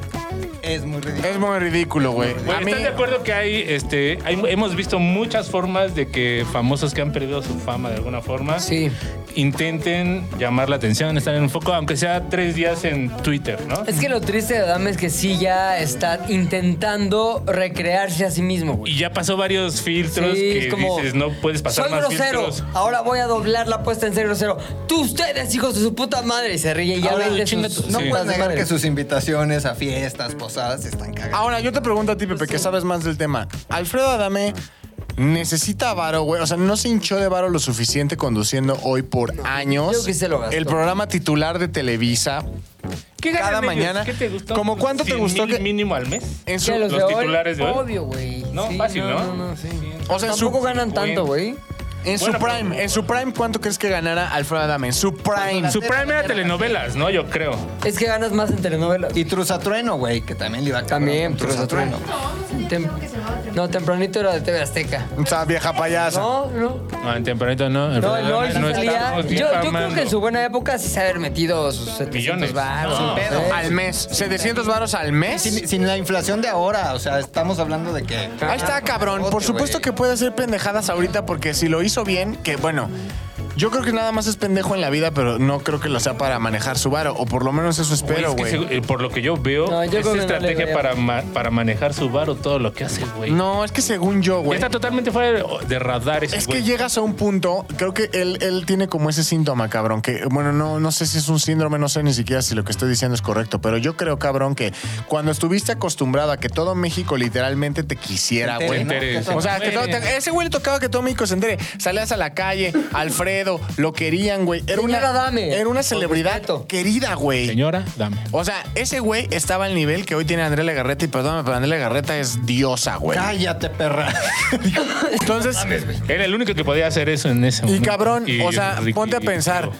Speaker 5: Es muy ridículo.
Speaker 4: Es muy ridículo, güey. A
Speaker 2: Güey,
Speaker 4: mí,
Speaker 2: ¿Están de acuerdo que hay, este, hay- hemos visto muchas formas de que famosos que han perdido su fama de alguna forma
Speaker 1: Sí.
Speaker 2: intenten llamar la atención, estar en foco, aunque sea tres días en Twitter, ¿no?
Speaker 1: Es que lo triste de Adam es que sí ya está intentando recrearse a sí mismo, güey.
Speaker 2: Y ya pasó varios filtros
Speaker 1: Sí,
Speaker 2: que
Speaker 1: es como,
Speaker 2: dices, no puedes pasar
Speaker 1: soy
Speaker 2: más
Speaker 1: grosero.
Speaker 2: filtros.
Speaker 1: Ahora voy a doblar la puesta en ser grosero. Tú ustedes, hijos de su puta madre. Y se ríe y ya
Speaker 2: Ahora,
Speaker 1: vende
Speaker 2: chinga
Speaker 1: sus-
Speaker 2: tu-
Speaker 5: No
Speaker 2: Sí.
Speaker 5: puedes
Speaker 1: putas
Speaker 5: negar
Speaker 1: madres.
Speaker 5: que sus invitaciones a fiestas, posadas están cagadas.
Speaker 4: Ahora, yo te pregunto a ti, Pepe, que sabes más del tema. Alfredo Adame necesita varo, güey. O sea, no se hinchó de varo lo suficiente conduciendo hoy por años.
Speaker 1: Yo que se lo gastó.
Speaker 4: El programa titular de Televisa.
Speaker 2: ¿Qué ganan
Speaker 4: Cada
Speaker 2: ellos?
Speaker 4: mañana-
Speaker 2: ¿Qué te gustó?
Speaker 4: ¿Cómo cuánto te
Speaker 2: 100
Speaker 4: gustó
Speaker 2: Pues, mil
Speaker 4: que-
Speaker 2: mínimo al mes?
Speaker 4: En su-
Speaker 1: Que los,
Speaker 2: los
Speaker 1: de hoy,
Speaker 2: titulares de hoy.
Speaker 1: Obvio, güey.
Speaker 2: No,
Speaker 1: Sí,
Speaker 2: fácil, ¿no?
Speaker 1: No, no, sí.
Speaker 4: o sea, en su,
Speaker 1: Tampoco ganan tanto, güey.
Speaker 4: en su
Speaker 2: Buena
Speaker 4: prime.
Speaker 2: pregunta.
Speaker 4: En su prime, ¿cuánto crees que ganara Alfredo Adame? En su prime.
Speaker 2: Su prime era telenovelas, ¿no? Yo creo.
Speaker 1: Es que ganas más en telenovelas.
Speaker 5: Y Truzatrueno, güey, que también le iba a cabrón
Speaker 1: También,
Speaker 5: con
Speaker 1: Truzatrueno. Tem- No, tempranito era de TV Azteca.
Speaker 4: O sea, vieja payasa.
Speaker 1: No, no.
Speaker 2: No, en tempranito no.
Speaker 1: No, el LOL sí
Speaker 2: No
Speaker 1: salía.
Speaker 2: estamos
Speaker 1: Yo,
Speaker 2: bien
Speaker 1: yo creo
Speaker 2: farmando.
Speaker 1: que en su buena época sí se haber metido sus 700
Speaker 2: Millones.
Speaker 1: baros.
Speaker 2: No. ah,
Speaker 1: sin pedo.
Speaker 4: Al mes. 700 varos al mes.
Speaker 5: Sin, sin la inflación de ahora, o sea, estamos hablando de que.
Speaker 4: Ahí está, cabrón. Por
Speaker 5: Ote,
Speaker 4: supuesto
Speaker 5: güey.
Speaker 4: que puede hacer pendejadas ahorita porque si lo hizo bien, que bueno, yo creo que nada más es pendejo en la vida, pero no creo que lo sea para manejar su varo, o por lo menos eso
Speaker 2: Güey,
Speaker 4: espero,
Speaker 2: es que
Speaker 4: güey.
Speaker 2: se- eh, por lo que yo veo,
Speaker 1: No, yo
Speaker 2: es
Speaker 1: creo que no le
Speaker 2: estrategia
Speaker 1: veo.
Speaker 2: para, ma- para manejar su varo todo lo que hace, güey.
Speaker 4: No, es que según yo,
Speaker 2: Ya
Speaker 4: güey.
Speaker 2: está totalmente fuera de, de radar ese
Speaker 4: Es que
Speaker 2: güey.
Speaker 4: llegas a un punto, creo que él, él tiene como ese síntoma, cabrón, que bueno, no, no sé si es un síndrome, no sé ni siquiera si lo que estoy diciendo es correcto, pero yo creo, cabrón, que cuando estuviste acostumbrado a que todo México literalmente te quisiera,
Speaker 5: Te
Speaker 4: güey.
Speaker 5: entere,
Speaker 2: ¿no? Que todo-
Speaker 4: O sea, que todo-
Speaker 2: Muere.
Speaker 4: ese güey le tocaba que todo México se entere. Salías a la calle, Alfredo, lo querían, güey. Era una,
Speaker 1: Señora, dame.
Speaker 4: era una
Speaker 1: Con
Speaker 4: celebridad
Speaker 1: respeto.
Speaker 4: querida, güey.
Speaker 2: Señora, dame.
Speaker 4: O sea, ese güey estaba al nivel que hoy tiene Andrea Legarreta y perdóname, pero Andrea Legarreta es diosa, güey.
Speaker 5: Cállate, perra.
Speaker 4: Entonces,
Speaker 2: Era el único que podía hacer eso en ese
Speaker 4: Y
Speaker 2: momento.
Speaker 4: cabrón,
Speaker 2: Y
Speaker 4: o sea,
Speaker 2: Ricky-
Speaker 4: ponte a pensar.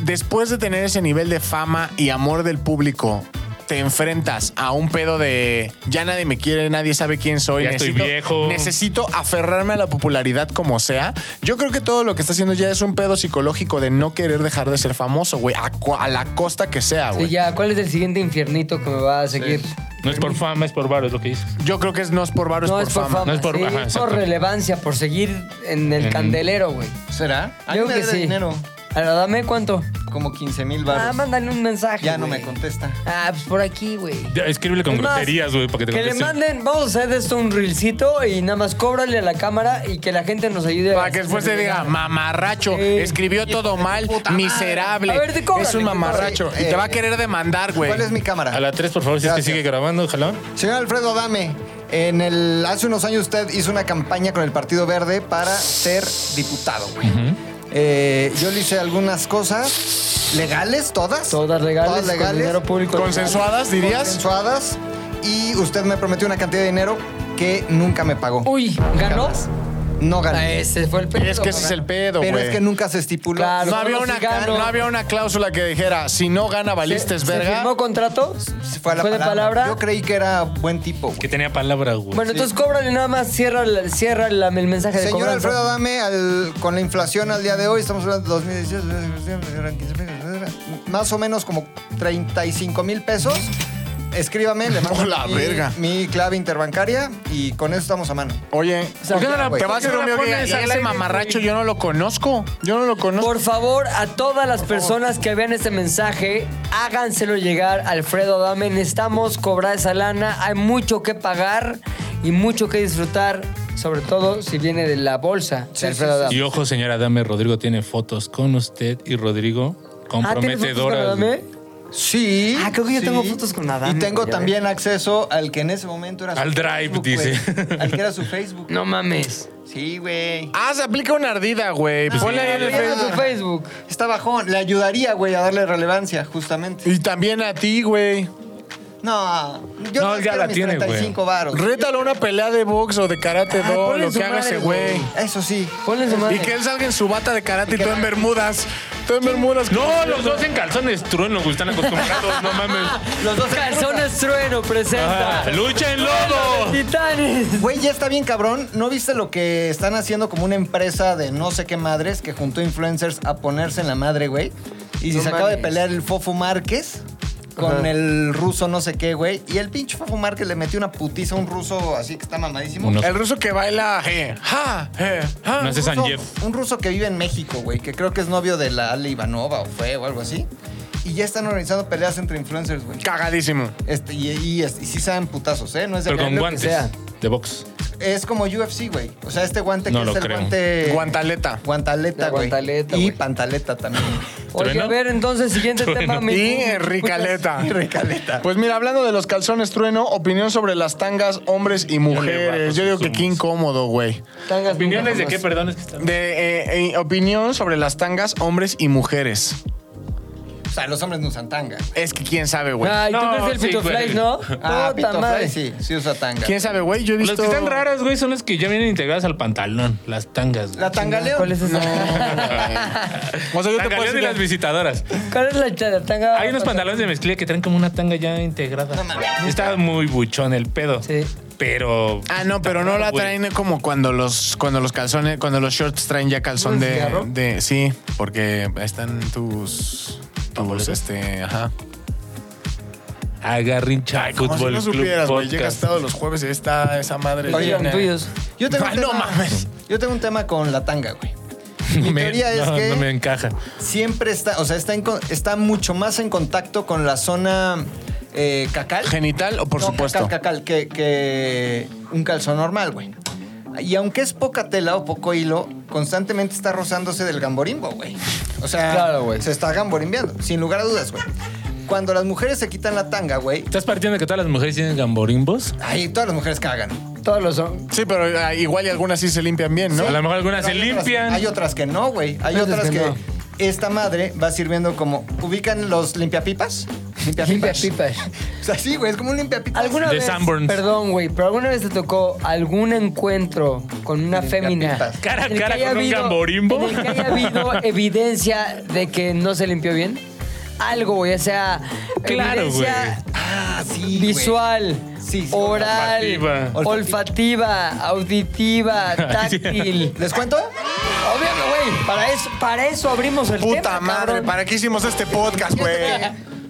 Speaker 4: Después de tener ese nivel de fama y amor del público, te enfrentas a un pedo de ya nadie me quiere, nadie sabe quién soy.
Speaker 2: Ya estoy viejo.
Speaker 4: Necesito aferrarme a la popularidad como sea. Yo creo que todo lo que está haciendo ya es un pedo psicológico de no querer dejar de ser famoso, güey, a, cua- a la costa que sea,
Speaker 1: Sí,
Speaker 4: güey.
Speaker 1: ya, ¿cuál es el siguiente infiernito que me va a seguir?
Speaker 2: No es por fama, es por varo, es lo que dices.
Speaker 4: Yo creo que es no es por varo,
Speaker 1: No
Speaker 4: es por, fama.
Speaker 2: No es por-
Speaker 1: sí,
Speaker 2: ajá,
Speaker 1: por
Speaker 2: exacto.
Speaker 1: relevancia, por seguir en el
Speaker 2: En-
Speaker 1: candelero, güey.
Speaker 5: ¿Será? A mí
Speaker 1: Yo
Speaker 5: me
Speaker 1: que
Speaker 5: debe
Speaker 1: sí.
Speaker 5: dinero,
Speaker 1: Ahora, dame cuánto.
Speaker 5: como 15 mil
Speaker 1: Ah,
Speaker 5: baros.
Speaker 1: mándale un mensaje.
Speaker 5: ya no
Speaker 1: güey.
Speaker 5: me contesta.
Speaker 1: Ah, pues por aquí, güey.
Speaker 2: Ya, Escríbele con
Speaker 1: Es más,
Speaker 2: groserías, güey, para que te
Speaker 1: Que le
Speaker 2: contesten.
Speaker 1: manden, vamos a hacer de esto un reelcito y nada más cóbrale a la cámara y que la gente nos ayude.
Speaker 4: Para
Speaker 1: a-
Speaker 4: que después te diga, mamarracho,
Speaker 1: Sí.
Speaker 4: escribió todo mal, miserable.
Speaker 1: A ver, te cobran,
Speaker 4: es un
Speaker 1: güey,
Speaker 4: mamarracho.
Speaker 5: cobran.
Speaker 4: Y te va a querer demandar, güey.
Speaker 5: ¿Cuál es mi cámara?
Speaker 2: A la 3, por favor, si es que
Speaker 5: Gracias.
Speaker 2: sigue grabando, ojalá.
Speaker 5: Señor Alfredo Dame, en el, hace unos años usted hizo una campaña con el Partido Verde para ser diputado, güey. Eh, yo le hice algunas cosas legales, todas.
Speaker 1: Todas legales,
Speaker 5: Todas
Speaker 1: Con
Speaker 5: legales.
Speaker 1: dinero público.
Speaker 4: ¿Consensuadas, dirías?
Speaker 5: consensuadas. Y usted me prometió una cantidad de dinero que nunca me pagó.
Speaker 1: Uy, ¿ganó?
Speaker 5: Jamás. No
Speaker 1: Ah,
Speaker 5: gané.
Speaker 1: Ese fue el pedo.
Speaker 4: Es que ese es el pedo,
Speaker 5: Pero
Speaker 4: güey.
Speaker 5: es que nunca se estipuló.
Speaker 1: Claro.
Speaker 4: no,
Speaker 1: solo
Speaker 4: había
Speaker 1: si
Speaker 4: una,
Speaker 1: gano.
Speaker 4: no había una cláusula que dijera, si no gana, valiste,
Speaker 1: ¿Se- se
Speaker 4: verga.
Speaker 1: firmó contrato?
Speaker 5: Fue, a la
Speaker 1: de palabra.
Speaker 5: Yo creí que era buen tipo. güey.
Speaker 2: Que tenía palabra, güey.
Speaker 1: Bueno, entonces cóbrale nada más, cierra, la- cierra la- el mensaje de
Speaker 5: Eh, Señor
Speaker 1: cobranza.
Speaker 5: Alfredo Dame, con la inflación al día de hoy, estamos hablando de 2018, 2015, más o menos como 35 mil pesos. Escríbame, le mando
Speaker 4: Hola,
Speaker 5: mi,
Speaker 4: verga.
Speaker 5: mi clave interbancaria y con eso estamos a mano.
Speaker 4: Oye,
Speaker 1: sea,
Speaker 4: ¿por qué no la-
Speaker 5: güey.
Speaker 4: te vas a
Speaker 2: ¿Por qué no la
Speaker 4: reunir que
Speaker 2: pones
Speaker 4: diga,
Speaker 2: al
Speaker 4: ese
Speaker 2: aire,
Speaker 4: mamarracho
Speaker 2: güey?
Speaker 4: yo no lo conozco? Yo no lo conozco.
Speaker 1: Por favor, a todas las personas que vean este mensaje, háganselo llegar a Alfredo Adame. Necesitamos cobrar esa lana. Hay mucho que pagar y mucho que disfrutar, sobre todo si viene de la bolsa de Alfredo Adame.
Speaker 2: Y ojo, señora Dame, Rodrigo tiene fotos con usted y Rodrigo
Speaker 1: Ah, ¿tienes fotos con
Speaker 2: comprometedoras.
Speaker 1: Adame?
Speaker 2: güey.
Speaker 5: Sí.
Speaker 1: Ah, creo que yo
Speaker 5: sí.
Speaker 1: tengo fotos con Adame,
Speaker 5: Y tengo
Speaker 1: güey, a
Speaker 5: también acceso al que en ese momento era
Speaker 2: Al Drive,
Speaker 5: güey.
Speaker 2: dice.
Speaker 5: Al que era su Facebook.
Speaker 1: No mames.
Speaker 5: Sí, güey.
Speaker 4: Ah, se aplica una ardida, güey. Ponle ahí en el
Speaker 1: Mira
Speaker 4: Facebook.
Speaker 1: tu Facebook.
Speaker 5: Está bajón. Le ayudaría, güey, a darle relevancia, justamente.
Speaker 4: Y también a ti, güey.
Speaker 5: No, yo
Speaker 2: No, ya
Speaker 5: espero
Speaker 2: la
Speaker 5: mis
Speaker 2: tiene, güey.
Speaker 5: 35 varos.
Speaker 4: Rétalo una pelea de box o de karate
Speaker 1: Ah,
Speaker 4: 2,
Speaker 1: ponle
Speaker 4: lo
Speaker 1: su
Speaker 4: que haga
Speaker 1: madre,
Speaker 4: ese güey.
Speaker 5: Eso sí.
Speaker 1: Ponle su madre.
Speaker 4: Y que él salga en su bata de karate y tú en bermudas. Tú en bermudas.
Speaker 2: No, Oh, los dos en calzones trueno, güey, están acostumbrados, no mames.
Speaker 1: Los dos calzones trueno presenta.
Speaker 2: Ah, ¡Lucha en lodo!
Speaker 1: Titanes.
Speaker 5: Güey, ya está bien cabrón. ¿No viste lo que están haciendo como una empresa de no sé qué madres que juntó influencers a ponerse en la madre, güey? Y
Speaker 1: No
Speaker 5: se acaba de
Speaker 1: mames.
Speaker 5: pelear el Fofo Márquez con
Speaker 4: Ajá.
Speaker 5: el ruso no sé qué, güey. Y el pinche Fafo Márquez le metió una putiza a un ruso así que está mamadísimo.
Speaker 2: Uno-
Speaker 4: El ruso que baila. je, ja, je, ja.
Speaker 2: No
Speaker 5: Un
Speaker 2: hace San
Speaker 5: ruso-
Speaker 2: Jeff.
Speaker 5: Un ruso que vive en México, güey, que creo que es novio de la Ale Ivanova o fue o algo así. Y ya están organizando peleas entre influencers, güey.
Speaker 4: Cagadísimo.
Speaker 5: Este, y, y, y sí saben putazos, ¿eh? No es de
Speaker 2: Pero
Speaker 5: acá,
Speaker 2: con
Speaker 5: lo que
Speaker 2: guantes
Speaker 5: sea.
Speaker 2: de box.
Speaker 5: Es como UFC, güey. O sea, este guante
Speaker 2: No
Speaker 5: que
Speaker 2: lo
Speaker 5: es el
Speaker 2: creo.
Speaker 5: guante.
Speaker 4: Guantaleta.
Speaker 5: Guantaleta,
Speaker 1: La
Speaker 5: güey.
Speaker 1: guantaleta,
Speaker 5: Y
Speaker 1: güey.
Speaker 5: pantaleta también.
Speaker 1: Oye,
Speaker 2: ¿Trueno?
Speaker 1: a ver, entonces, siguiente tema. mi-
Speaker 4: Y Ricaleta.
Speaker 5: Recaleta.
Speaker 4: Pues mira, hablando de los calzones trueno, opinión sobre las tangas hombres y mujeres.
Speaker 2: bajo
Speaker 4: Yo digo
Speaker 2: sus
Speaker 4: que qué
Speaker 2: humos.
Speaker 4: incómodo, güey.
Speaker 1: Tangas
Speaker 2: ¿Opiniones de
Speaker 1: nunca jamás.
Speaker 2: qué? Perdón, es que está...
Speaker 4: De eh, eh, opinión sobre las tangas hombres y mujeres.
Speaker 5: O sea, los hombres no usan tanga.
Speaker 4: Es que quién sabe, güey.
Speaker 1: Ay, tú
Speaker 2: No,
Speaker 1: crees el
Speaker 2: sí,
Speaker 1: Pito
Speaker 2: güey.
Speaker 1: Fly, ¿no?
Speaker 5: Ah,
Speaker 1: Puta
Speaker 5: Pito
Speaker 1: madre.
Speaker 5: Fly, sí, sí usa tanga.
Speaker 4: ¿Quién sabe, güey? Yo he visto.
Speaker 2: Las que están raras, güey, son las que ya vienen integradas al pantalón. Las tangas.
Speaker 5: La tangaleo.
Speaker 1: ¿Cuál es esa?
Speaker 4: O sea, yo te
Speaker 2: Tangaleón
Speaker 4: puedo
Speaker 2: y
Speaker 4: decir
Speaker 2: las
Speaker 4: que-
Speaker 2: visitadoras.
Speaker 1: ¿Cuál es la chata? Tanga.
Speaker 2: Hay unos pantalones de mezclilla que traen como una tanga ya integrada.
Speaker 5: No mames.
Speaker 2: Está muy buchón el pedo.
Speaker 1: Sí.
Speaker 2: Pero.
Speaker 4: Ah, no, pero no la
Speaker 2: güey.
Speaker 4: traen como cuando los, cuando los calzones, cuando los shorts traen ya calzón
Speaker 1: ¿Un
Speaker 4: de,
Speaker 1: cigarro?
Speaker 4: de- Sí, porque están tus. Tus, este, ajá.
Speaker 2: Agarrincha
Speaker 4: Como si
Speaker 2: Fútbol
Speaker 4: no
Speaker 2: Club
Speaker 4: supieras, güey. Llegas
Speaker 2: Podcast.
Speaker 4: todos los jueves y está esa madre.
Speaker 5: Oye,
Speaker 4: llena.
Speaker 1: Son tuyos.
Speaker 5: Yo tengo,
Speaker 4: Ah,
Speaker 5: un
Speaker 4: no
Speaker 5: tema,
Speaker 4: mames.
Speaker 5: yo tengo un tema con la tanga, güey. Mi
Speaker 2: Me-
Speaker 5: teoría es
Speaker 2: no,
Speaker 5: que
Speaker 2: no me encaja.
Speaker 5: siempre está, o sea, está, en con- está mucho más en contacto con la zona eh, cacal.
Speaker 4: Genital o por
Speaker 5: No,
Speaker 4: supuesto.
Speaker 5: Cacal, cacal, que, que un calzón normal, güey. Y aunque es poca tela o poco hilo, constantemente está rozándose del gamborimbo, güey. O sea,
Speaker 1: Claro, güey.
Speaker 5: se está gamborimbeando, sin lugar a dudas, güey. Cuando las mujeres se quitan la tanga, güey,
Speaker 2: ¿Estás partiendo de que todas las mujeres tienen gamborimbos?
Speaker 5: ahí todas las mujeres cagan.
Speaker 1: Todos los son.
Speaker 4: Sí, pero ah, igual y algunas sí se limpian bien, ¿no?
Speaker 2: A lo mejor algunas
Speaker 5: Pero
Speaker 2: se
Speaker 5: hay otras-
Speaker 2: limpian.
Speaker 5: hay otras que no, güey. Hay
Speaker 1: Dices
Speaker 5: otras
Speaker 1: que
Speaker 5: que,
Speaker 1: no.
Speaker 5: esta madre va sirviendo como. ¿Ubican los limpiapipas? Limpiapipas.
Speaker 1: Limpia pipas.
Speaker 5: O sea, sí, güey, es como un limpiapipas.
Speaker 1: ¿Alguna
Speaker 2: De
Speaker 1: vez,
Speaker 2: Sanborns.
Speaker 1: perdón, güey, pero alguna vez te tocó algún encuentro con una fémina.
Speaker 5: pipas.
Speaker 2: Cara a
Speaker 1: en el que
Speaker 2: cara
Speaker 1: haya
Speaker 2: con un gamborimbo.
Speaker 1: en el que haya habido evidencia de que no se limpió bien. Algo, güey, o sea,
Speaker 2: Claro,
Speaker 1: evidencia
Speaker 5: Ah, sí. güey.
Speaker 1: visual,
Speaker 5: Sí, sí.
Speaker 1: oral,
Speaker 2: Olfativa.
Speaker 1: olfativa, auditiva, táctil.
Speaker 5: ¿Les cuento?
Speaker 1: Obviamente, güey, para eso, para eso abrimos el tema,
Speaker 4: Puta madre,
Speaker 1: cabrón.
Speaker 4: ¿para qué hicimos este podcast, güey?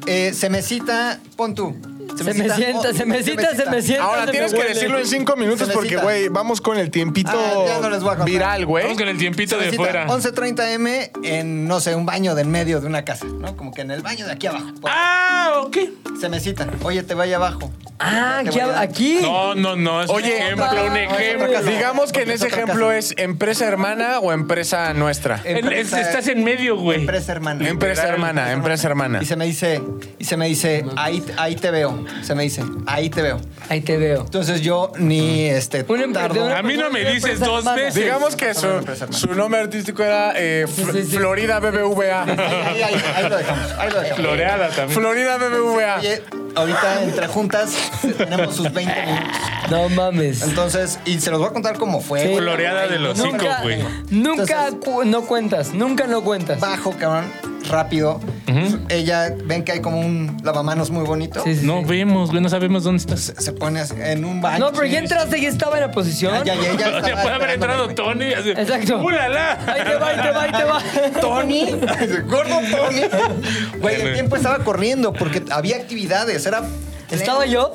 Speaker 5: Eh, se me cita, pon tú.
Speaker 1: Se me sienta,
Speaker 5: oh,
Speaker 1: se me sienta, se me sienta.
Speaker 4: Ahora
Speaker 1: se me
Speaker 4: tienes que
Speaker 1: huele.
Speaker 4: decirlo en cinco minutos
Speaker 5: Se
Speaker 4: porque,
Speaker 5: necesita.
Speaker 4: güey, vamos con el tiempito
Speaker 5: Ah, ya no les voy a contar.
Speaker 4: viral, güey.
Speaker 2: Vamos con el tiempito
Speaker 5: Se me
Speaker 2: de
Speaker 5: cita
Speaker 2: fuera.
Speaker 5: 11.30 M en, no sé, un baño de en medio de una casa, ¿no? Como que en el baño de aquí abajo. Por-
Speaker 2: Ah, ok.
Speaker 5: Se me citan. Oye, te vaya abajo.
Speaker 1: Ah,
Speaker 5: Te
Speaker 1: aquí.
Speaker 5: voy a-
Speaker 1: aquí.
Speaker 2: No, no, no. Es
Speaker 4: Oye,
Speaker 2: un ejemplo, un
Speaker 1: no, es otra
Speaker 2: ejemplo.
Speaker 5: casa.
Speaker 4: Digamos que en
Speaker 5: Porque es
Speaker 4: ese
Speaker 5: otra
Speaker 4: ejemplo
Speaker 5: casa. Eh,
Speaker 4: es empresa hermana o empresa nuestra.
Speaker 2: En- es- estás en medio, güey.
Speaker 5: Empresa hermana.
Speaker 4: Empresa hermana, empresa hermana.
Speaker 5: Y se me dice, y se me dice, ahí, ahí te veo. Se me dice, ahí te veo.
Speaker 1: Ahí te veo.
Speaker 5: Entonces yo ni este.
Speaker 1: Un em- de una
Speaker 2: A mí no me
Speaker 1: persona,
Speaker 2: dices
Speaker 1: una
Speaker 2: dos
Speaker 1: persona.
Speaker 2: veces.
Speaker 4: Digamos que
Speaker 5: una
Speaker 4: su,
Speaker 5: empresa hermana.
Speaker 4: su nombre artístico era eh, Fl-
Speaker 1: Sí, sí, sí.
Speaker 4: Florida BBVA.
Speaker 5: Ahí, ahí, ahí, ahí lo dejamos. Ahí lo dejamos.
Speaker 2: Floreada también.
Speaker 4: Florida BBVA.
Speaker 5: Oye, ahorita entre juntas tenemos sus 20 minutos.
Speaker 1: No mames.
Speaker 5: Entonces, y se los voy a contar cómo fue.
Speaker 1: Sí.
Speaker 2: Floreada de los cinco,
Speaker 1: Nunca,
Speaker 2: güey.
Speaker 1: nunca
Speaker 5: Entonces-
Speaker 1: cu- no cuentas, nunca no cuentas.
Speaker 5: Bajo, cabrón, rápido. Ella, ven que hay como un lavamanos muy bonito.
Speaker 1: Sí, sí,
Speaker 2: No
Speaker 1: sí.
Speaker 2: vemos, güey, no sabemos dónde estás.
Speaker 5: Se pone así, en un baño.
Speaker 1: No, pero ya entraste y estaba en la posición.
Speaker 5: Ya, ya, ya, ya
Speaker 2: Ya
Speaker 5: estaba
Speaker 2: puede haber
Speaker 5: esperándome,
Speaker 2: entrado
Speaker 5: güey.
Speaker 2: Tony. y así,
Speaker 1: Exacto. Ahí te va,
Speaker 2: ¡Ulala!
Speaker 1: ahí te va, ahí te va.
Speaker 5: Tony, gordo Tony. Güey,
Speaker 2: Bueno.
Speaker 5: el tiempo estaba corriendo porque había actividades. Era.
Speaker 1: ¿Estaba yo?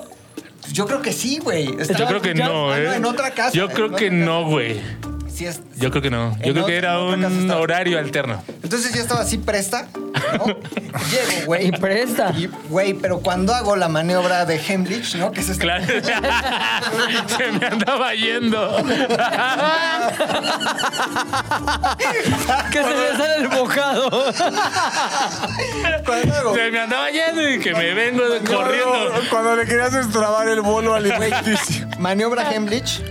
Speaker 5: Yo creo que sí, güey. Estaba-
Speaker 2: Yo creo que no,
Speaker 5: Ah,
Speaker 2: ¿eh?
Speaker 5: en otra casa.
Speaker 2: Yo creo
Speaker 5: en
Speaker 2: que
Speaker 5: otra
Speaker 2: no, güey.
Speaker 5: casa. Sí es-
Speaker 2: Yo creo que no. Yo
Speaker 5: En
Speaker 2: creo que
Speaker 5: otra-
Speaker 2: era
Speaker 5: en otra casa
Speaker 2: un
Speaker 5: estaba.
Speaker 2: horario alterno.
Speaker 5: Entonces yo estaba así presta, ¿no? Llego, güey.
Speaker 1: Y presta.
Speaker 5: Y, Güey, pero cuando hago la maniobra de Hemlich, ¿no? Que es este-
Speaker 2: Claro. Se me andaba yendo.
Speaker 1: Que se le sale el bocado.
Speaker 5: Cuando hago,
Speaker 2: Se me andaba yendo y que me vengo corriendo.
Speaker 4: Cuando le querías extrabar el bolo alimenticio.
Speaker 5: maniobra Hemlich,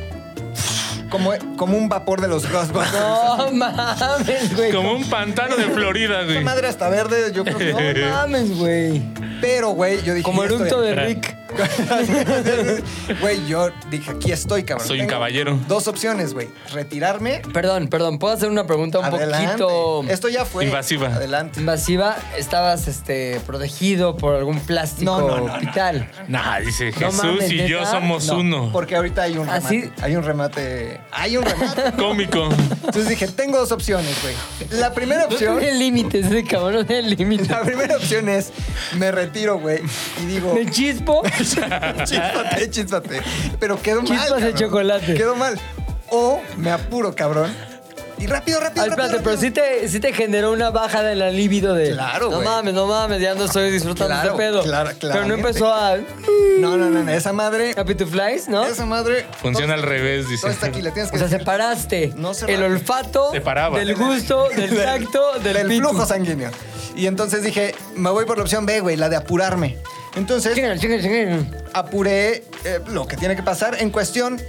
Speaker 5: como, como un vapor de los Ghostbusters.
Speaker 1: No mames, güey.
Speaker 2: Como un pantano de Florida,
Speaker 5: Esta
Speaker 2: güey.
Speaker 5: madre hasta verde, yo creo que no.
Speaker 1: No mames, güey.
Speaker 5: Pero, güey, yo dije...
Speaker 1: Como
Speaker 5: "Ya estoy
Speaker 1: eructo de
Speaker 5: aquí".
Speaker 1: Rick.
Speaker 5: Güey, yo dije, aquí estoy, cabrón.
Speaker 2: Soy un
Speaker 5: Tengo
Speaker 2: caballero.
Speaker 5: Dos opciones, güey. Retirarme.
Speaker 1: Perdón, perdón, ¿puedo hacer una pregunta un
Speaker 5: adelante.
Speaker 1: poquito
Speaker 5: Esto ya fue.
Speaker 2: Invasiva.
Speaker 5: Adelante.
Speaker 1: invasiva? ¿Estabas este, protegido por algún plástico
Speaker 5: No, no, no, no.
Speaker 1: vital?
Speaker 2: Nah, dice
Speaker 1: No
Speaker 2: Jesús
Speaker 1: mames,
Speaker 2: y yo
Speaker 1: ¿neta?
Speaker 2: somos
Speaker 5: No,
Speaker 2: uno.
Speaker 5: Porque ahorita hay un
Speaker 1: ¿Ah,
Speaker 5: remate.
Speaker 1: sí?
Speaker 5: Hay un remate. Hay un remate.
Speaker 2: Cómico.
Speaker 5: Entonces dije, tengo dos opciones, güey. La primera
Speaker 1: No
Speaker 5: opción.
Speaker 1: tiene límites, ese cabrón no tiene límites.
Speaker 5: La primera opción es, me retiro, güey. Y digo,
Speaker 1: ¿Me chispo? Ah,
Speaker 5: chíspate, chíspate. Pero quedó mal.
Speaker 1: Chispas de
Speaker 5: cabrón.
Speaker 1: chocolate.
Speaker 5: Quedó mal. O me apuro, cabrón. Y rápido, rápido.
Speaker 1: Ay,
Speaker 5: rápido,
Speaker 1: espérate, pero
Speaker 5: rápido.
Speaker 1: sí te, sí te generó una baja de la libido de...
Speaker 5: Claro,
Speaker 1: No
Speaker 5: güey.
Speaker 1: mames, no mames, ya no estoy disfrutando
Speaker 5: Claro,
Speaker 1: este pedo.
Speaker 5: claro,
Speaker 1: Pero no
Speaker 5: claramente.
Speaker 1: empezó a...
Speaker 5: No, no, no, no, Esa madre.
Speaker 1: Happy to Flies, ¿no?
Speaker 5: Esa madre.
Speaker 2: Funciona al revés, dice.
Speaker 5: Todo está aquí, le tienes que
Speaker 1: O sea,
Speaker 5: decir
Speaker 1: separaste
Speaker 5: No se
Speaker 1: el
Speaker 5: va.
Speaker 1: olfato
Speaker 2: Separaba.
Speaker 1: del gusto, del tacto, del,
Speaker 5: del
Speaker 1: pitu.
Speaker 5: flujo sanguíneo. Y entonces dije, me voy por la opción B, güey, la de apurarme. Entonces,
Speaker 1: Chinguen, chinguen, chinguen.
Speaker 5: apuré eh, lo que tiene que pasar en cuestión.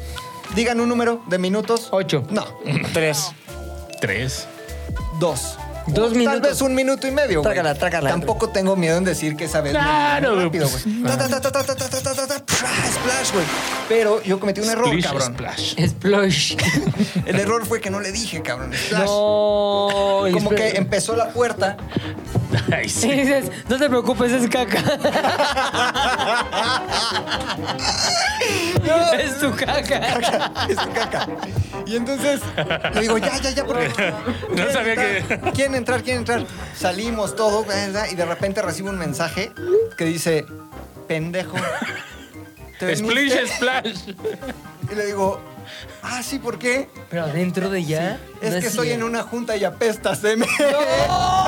Speaker 5: Digan un número de minutos.
Speaker 1: Ocho.
Speaker 5: No,
Speaker 4: Tres.
Speaker 2: Tres.
Speaker 5: dos.
Speaker 1: Dos
Speaker 5: Tal
Speaker 1: minutos.
Speaker 5: vez un minuto y medio, güey.
Speaker 1: Trácala, trácala.
Speaker 5: Tampoco tengo miedo en decir que esa vez. me
Speaker 2: Claro,
Speaker 5: fui
Speaker 2: güey,
Speaker 5: rápido,
Speaker 2: pues,
Speaker 5: güey. Ta, ta, ta, ta, ta, ta, ta, ta, ta, ta, pra, Splash, güey. Pero yo cometí un error,
Speaker 2: Splish,
Speaker 5: cabrón.
Speaker 2: splash.
Speaker 1: Splosh.
Speaker 5: El error fue que no le dije, cabrón. Splash.
Speaker 1: No.
Speaker 5: Como que
Speaker 1: y
Speaker 5: empezó la puerta.
Speaker 2: Ay, sí.
Speaker 1: dices, no te preocupes, es caca. es tu caca.
Speaker 5: Es tu caca. Y entonces le digo, ya, ya, ya, porque.
Speaker 2: No sabía que.
Speaker 5: entrar, ¿Quién entrar? ¿Quién entrar? Salimos todo, ¿verdad? y de repente recibo un mensaje que dice, pendejo. ¿te viniste?"
Speaker 2: Splish, splash.
Speaker 5: Y le digo, ah, sí, ¿por qué?
Speaker 1: Pero adentro de ya.
Speaker 5: Es
Speaker 1: no
Speaker 5: que estoy en
Speaker 1: cierto.
Speaker 5: una junta y apestas, ¿eh?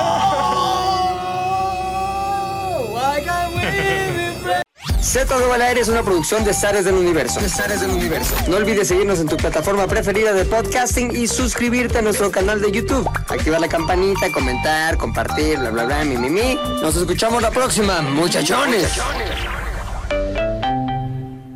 Speaker 7: Z2 Aire es una producción de Zares del Universo. del Universo. No olvides seguirnos en tu plataforma preferida de podcasting y suscribirte a nuestro canal de YouTube. Activar la campanita, comentar, compartir, bla, bla, bla, mi, mi, mi. Nos escuchamos la próxima, muchachones.